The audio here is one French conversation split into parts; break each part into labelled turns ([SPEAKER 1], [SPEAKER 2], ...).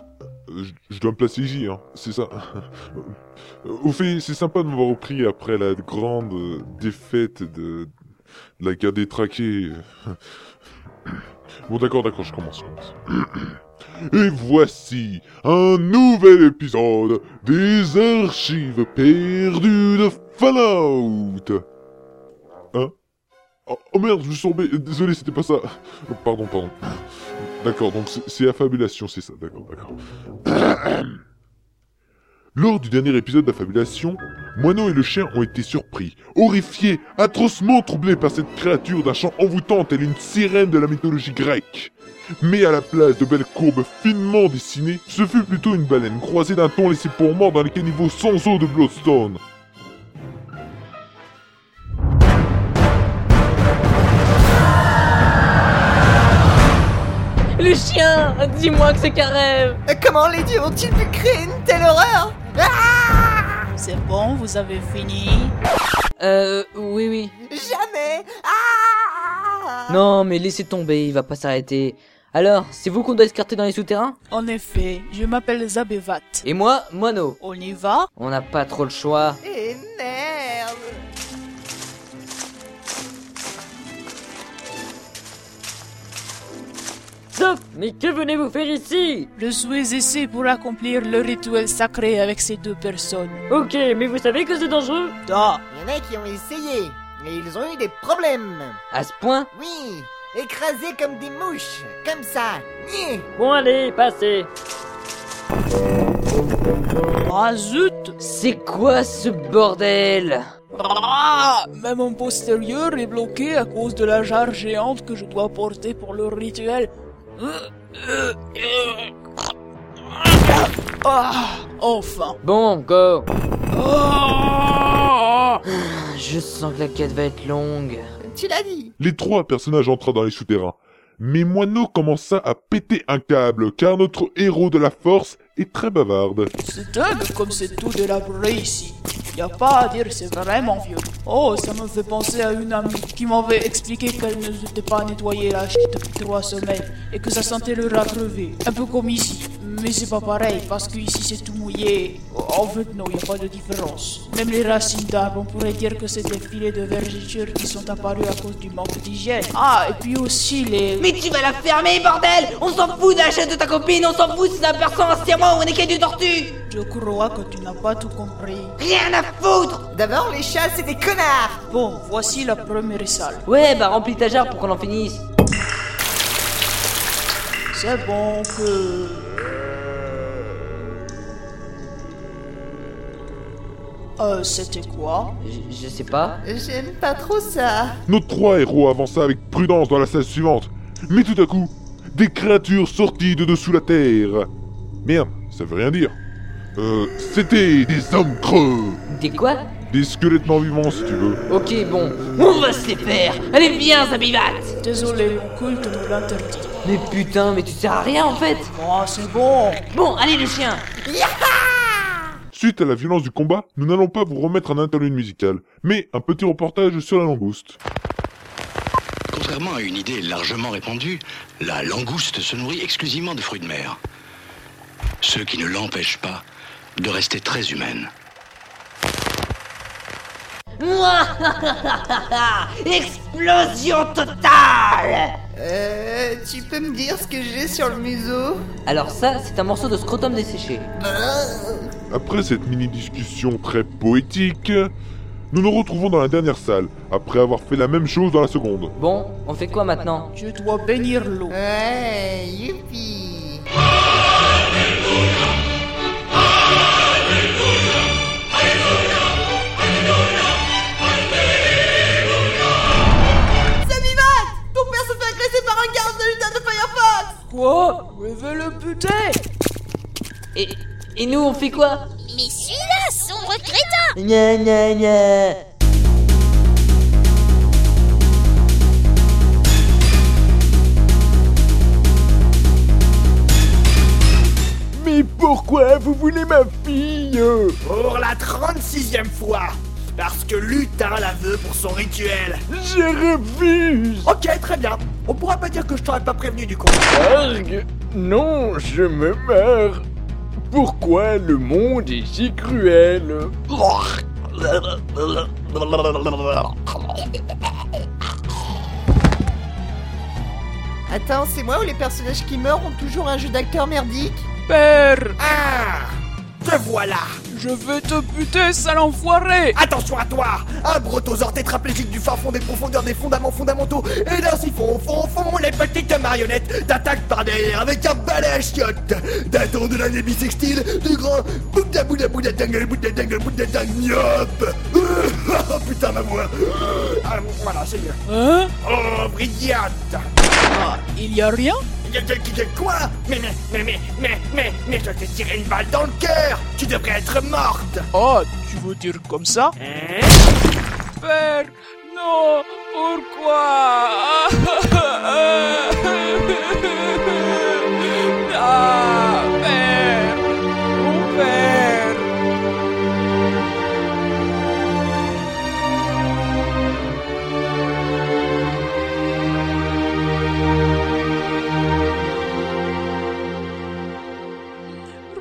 [SPEAKER 1] Euh, je- Je dois me placer ici, hein. C'est ça. Euh, Au fait, c'est sympa de m'avoir repris après la grande euh, défaite de, de la guerre des traqués. Bon, d'accord, d'accord, je commence. je commence. Et voici un nouvel épisode des archives perdues de Fallout. Hein oh, oh merde, je me suis tombé. Désolé, c'était pas ça. Oh, Pardon, pardon. D'accord, donc c'est- c'est affabulation, c'est ça. D'accord, d'accord. Lors du dernier épisode d'Affabulation, Moineau et le chien ont été surpris, horrifiés, atrocement troublés par cette créature d'un chant envoûtant telle une sirène de la mythologie grecque. Mais à la place de belles courbes finement dessinées, ce fut plutôt une baleine croisée d'un ton laissé pour mort dans les caniveaux sans eau de Bloodstone.
[SPEAKER 2] Le chien Dis-moi que c'est qu'un rêve
[SPEAKER 3] Comment les dieux ont-ils pu créer une telle horreur
[SPEAKER 4] C'est bon, vous avez fini
[SPEAKER 2] Euh, oui, oui.
[SPEAKER 3] Jamais Ah
[SPEAKER 2] Non, mais laissez tomber, il va pas s'arrêter. Alors, c'est vous qu'on doit escarter dans les souterrains
[SPEAKER 4] En effet, je m'appelle Zabevat.
[SPEAKER 2] Et moi, Moineau.
[SPEAKER 4] On y va
[SPEAKER 2] On n'a pas trop le choix.
[SPEAKER 3] Et merde
[SPEAKER 2] Stop Mais que venez-vous faire ici
[SPEAKER 4] Je suis ici pour accomplir le rituel sacré avec ces deux personnes.
[SPEAKER 2] Ok, mais vous savez que c'est dangereux
[SPEAKER 4] Da
[SPEAKER 3] Il y en a qui ont essayé, mais ils ont eu des problèmes.
[SPEAKER 2] À ce point
[SPEAKER 3] Oui, écrasés comme des mouches, comme ça. Nyeh
[SPEAKER 2] Bon allez, passez
[SPEAKER 4] Ah zut
[SPEAKER 2] C'est quoi ce bordel
[SPEAKER 4] Ah, Même mon postérieur est bloqué à cause de la jarre géante que je dois porter pour le rituel. Ah, enfin.
[SPEAKER 2] Bon, go
[SPEAKER 4] Ah
[SPEAKER 2] Je sens que la quête va être longue.
[SPEAKER 3] Tu l'as dit
[SPEAKER 1] Les trois personnages entrèrent dans les souterrains. Mais Moineau commença à péter un câble, car notre héros de la force est très bavarde.
[SPEAKER 4] C'est dingue comme c'est tout délabré ici. Y a pas à dire, c'est vraiment vieux. Oh, ça me fait penser à une amie qui m'avait expliqué qu'elle ne s'était pas nettoyée la chute depuis trois semaines et que ça sentait le rat crevé. Un peu comme ici. Mais c'est pas pareil parce qu'ici c'est tout mouillé. En fait, non, y a pas de différence. Même les racines d'arbres, on pourrait dire que c'est des filets de vergeture qui sont apparus à cause du manque d'hygiène. Ah, et puis aussi les.
[SPEAKER 5] Mais tu vas la fermer, bordel On s'en fout de la chaise de ta copine, on s'en fout si c'est un persan, un siamois ou un écaille de tortue
[SPEAKER 4] Je crois que tu n'as pas tout compris.
[SPEAKER 5] Rien à foutre
[SPEAKER 3] D'abord, les chats, c'est des connards
[SPEAKER 4] Bon, voici la première salle.
[SPEAKER 2] Ouais, bah remplis ta jarre pour qu'on en finisse.
[SPEAKER 4] C'est bon que... Euh, c'était quoi
[SPEAKER 2] Je, je sais pas.
[SPEAKER 3] J'aime pas trop ça.
[SPEAKER 1] Nos trois héros avançaient avec prudence dans la salle suivante. Mais tout à coup, des créatures sorties de dessous la terre. Merde, ça veut rien dire. Euh, c'était des hommes creux.
[SPEAKER 2] Des quoi
[SPEAKER 1] Des squelettes non vivants, si tu veux.
[SPEAKER 2] Ok, bon.
[SPEAKER 5] On va se les faire Allez, viens, Zabivat
[SPEAKER 4] Désolé, mon culte nous l'interdit.
[SPEAKER 2] Mais putain, mais tu sers à rien en fait
[SPEAKER 4] Ah, c'est bon
[SPEAKER 5] Bon, allez, le chien
[SPEAKER 1] Suite à la violence du combat, nous n'allons pas vous remettre un interlude musical, mais un petit reportage sur la langouste.
[SPEAKER 6] Contrairement à une idée largement répandue, la langouste se nourrit exclusivement de fruits de mer. Ce qui ne l'empêche pas de rester très humaine.
[SPEAKER 5] Mouahahaha Explosion totale
[SPEAKER 3] Euh, tu peux me dire ce que j'ai sur le museau
[SPEAKER 2] Alors ça, c'est un morceau de scrotum desséché.
[SPEAKER 1] Après cette mini-discussion très poétique, nous nous retrouvons dans la dernière salle, après avoir fait la même chose dans la seconde.
[SPEAKER 2] Bon, on fait quoi maintenant
[SPEAKER 4] Je dois bénir l'eau.
[SPEAKER 3] Ouais, youpi Ton père se fait agresser par un garde de l'unité de Firefox
[SPEAKER 4] Quoi Je veux le buter
[SPEAKER 2] Et, et nous, on fait quoi
[SPEAKER 7] Mais celui-là, sombre crétin
[SPEAKER 2] Gna gna gna
[SPEAKER 8] Mais pourquoi vous voulez ma fille
[SPEAKER 9] Pour la 36e fois Parce que Lutin la veut pour son rituel
[SPEAKER 8] Je refuse
[SPEAKER 9] Ok, très bien On pourra pas dire que je t'aurais pas prévenu du coup
[SPEAKER 8] Argue Non, je me meurs. Pourquoi le monde est si cruel
[SPEAKER 3] Attends, c'est moi ou les personnages qui meurent ont toujours un jeu d'acteur merdique
[SPEAKER 4] Père,
[SPEAKER 9] Ah Te voilà
[SPEAKER 4] je veux te buter, sale enfoiré
[SPEAKER 9] Attention à toi Un brotosaure tétraplégique du fin fond des profondeurs des fondaments fondamentaux et d'un siphon au fond au fond les petites marionnettes t'attaquent par derrière avec un balai à chiottes Datant de l'année bisextile du grand bouda bouda bouda dingle bouda dingle bouda dingue myope Oh putain ma voix Ah voilà c'est mieux
[SPEAKER 4] Hein
[SPEAKER 9] Oh brillante
[SPEAKER 4] Ah, Il y a rien
[SPEAKER 9] Y'a quelqu'un qui quoi Mais mais mais mais mais mais mais je t'ai tiré une balle dans le cœur Tu devrais être morte
[SPEAKER 4] Ah, tu veux dire comme ça Père, non, pourquoi Ah, père, mon père.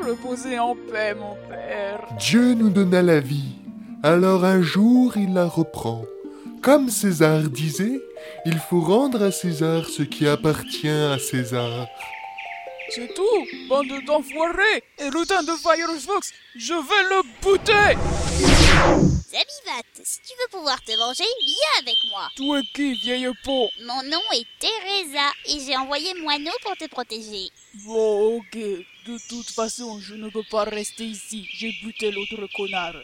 [SPEAKER 4] Reposez en paix, mon père.
[SPEAKER 1] Dieu nous donna la vie, alors un jour il la reprend. Comme César disait, il faut rendre à César ce qui appartient à César.
[SPEAKER 4] C'est tout, bande d'enfoirés et lutin de Firefox, je vais le bouter
[SPEAKER 7] Zabivat, si tu veux pouvoir te venger, viens avec moi.
[SPEAKER 4] Tu es qui, vieille peau
[SPEAKER 7] Mon nom est Teresa et j'ai envoyé Moineau pour te protéger.
[SPEAKER 4] Bon, ok, de toute façon, je ne peux pas rester ici, j'ai buté l'autre connard.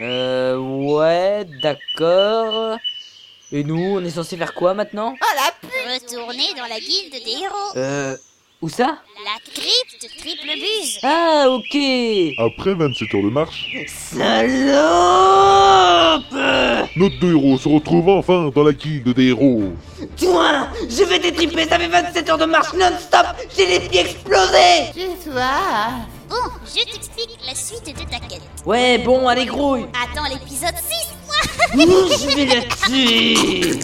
[SPEAKER 2] Euh, ouais, d'accord. Et nous, on est censé faire quoi maintenant
[SPEAKER 3] Ah la p...
[SPEAKER 7] Retourner dans la guilde des héros.
[SPEAKER 2] Euh, où ça
[SPEAKER 7] Oh. La crypte triple buse.
[SPEAKER 2] Ah, ok.
[SPEAKER 1] Après 27 heures de marche,
[SPEAKER 5] Salope
[SPEAKER 1] nos deux héros se retrouvent enfin dans la guilde des héros.
[SPEAKER 5] Toi, je vais t'étriper, ça fait 27 heures de marche non-stop, j'ai les pieds explosés
[SPEAKER 3] J'ai soif
[SPEAKER 7] Bon, je t'explique la suite de ta quête.
[SPEAKER 5] Ouais, bon, allez, grouille
[SPEAKER 7] Attends l'épisode 6.
[SPEAKER 5] Ouh, Je vais la tuer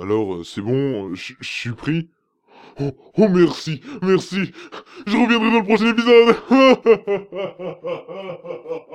[SPEAKER 1] Alors, euh, c'est bon, je je suis pris. Oh, oh, merci, merci. Je reviendrai dans le prochain épisode.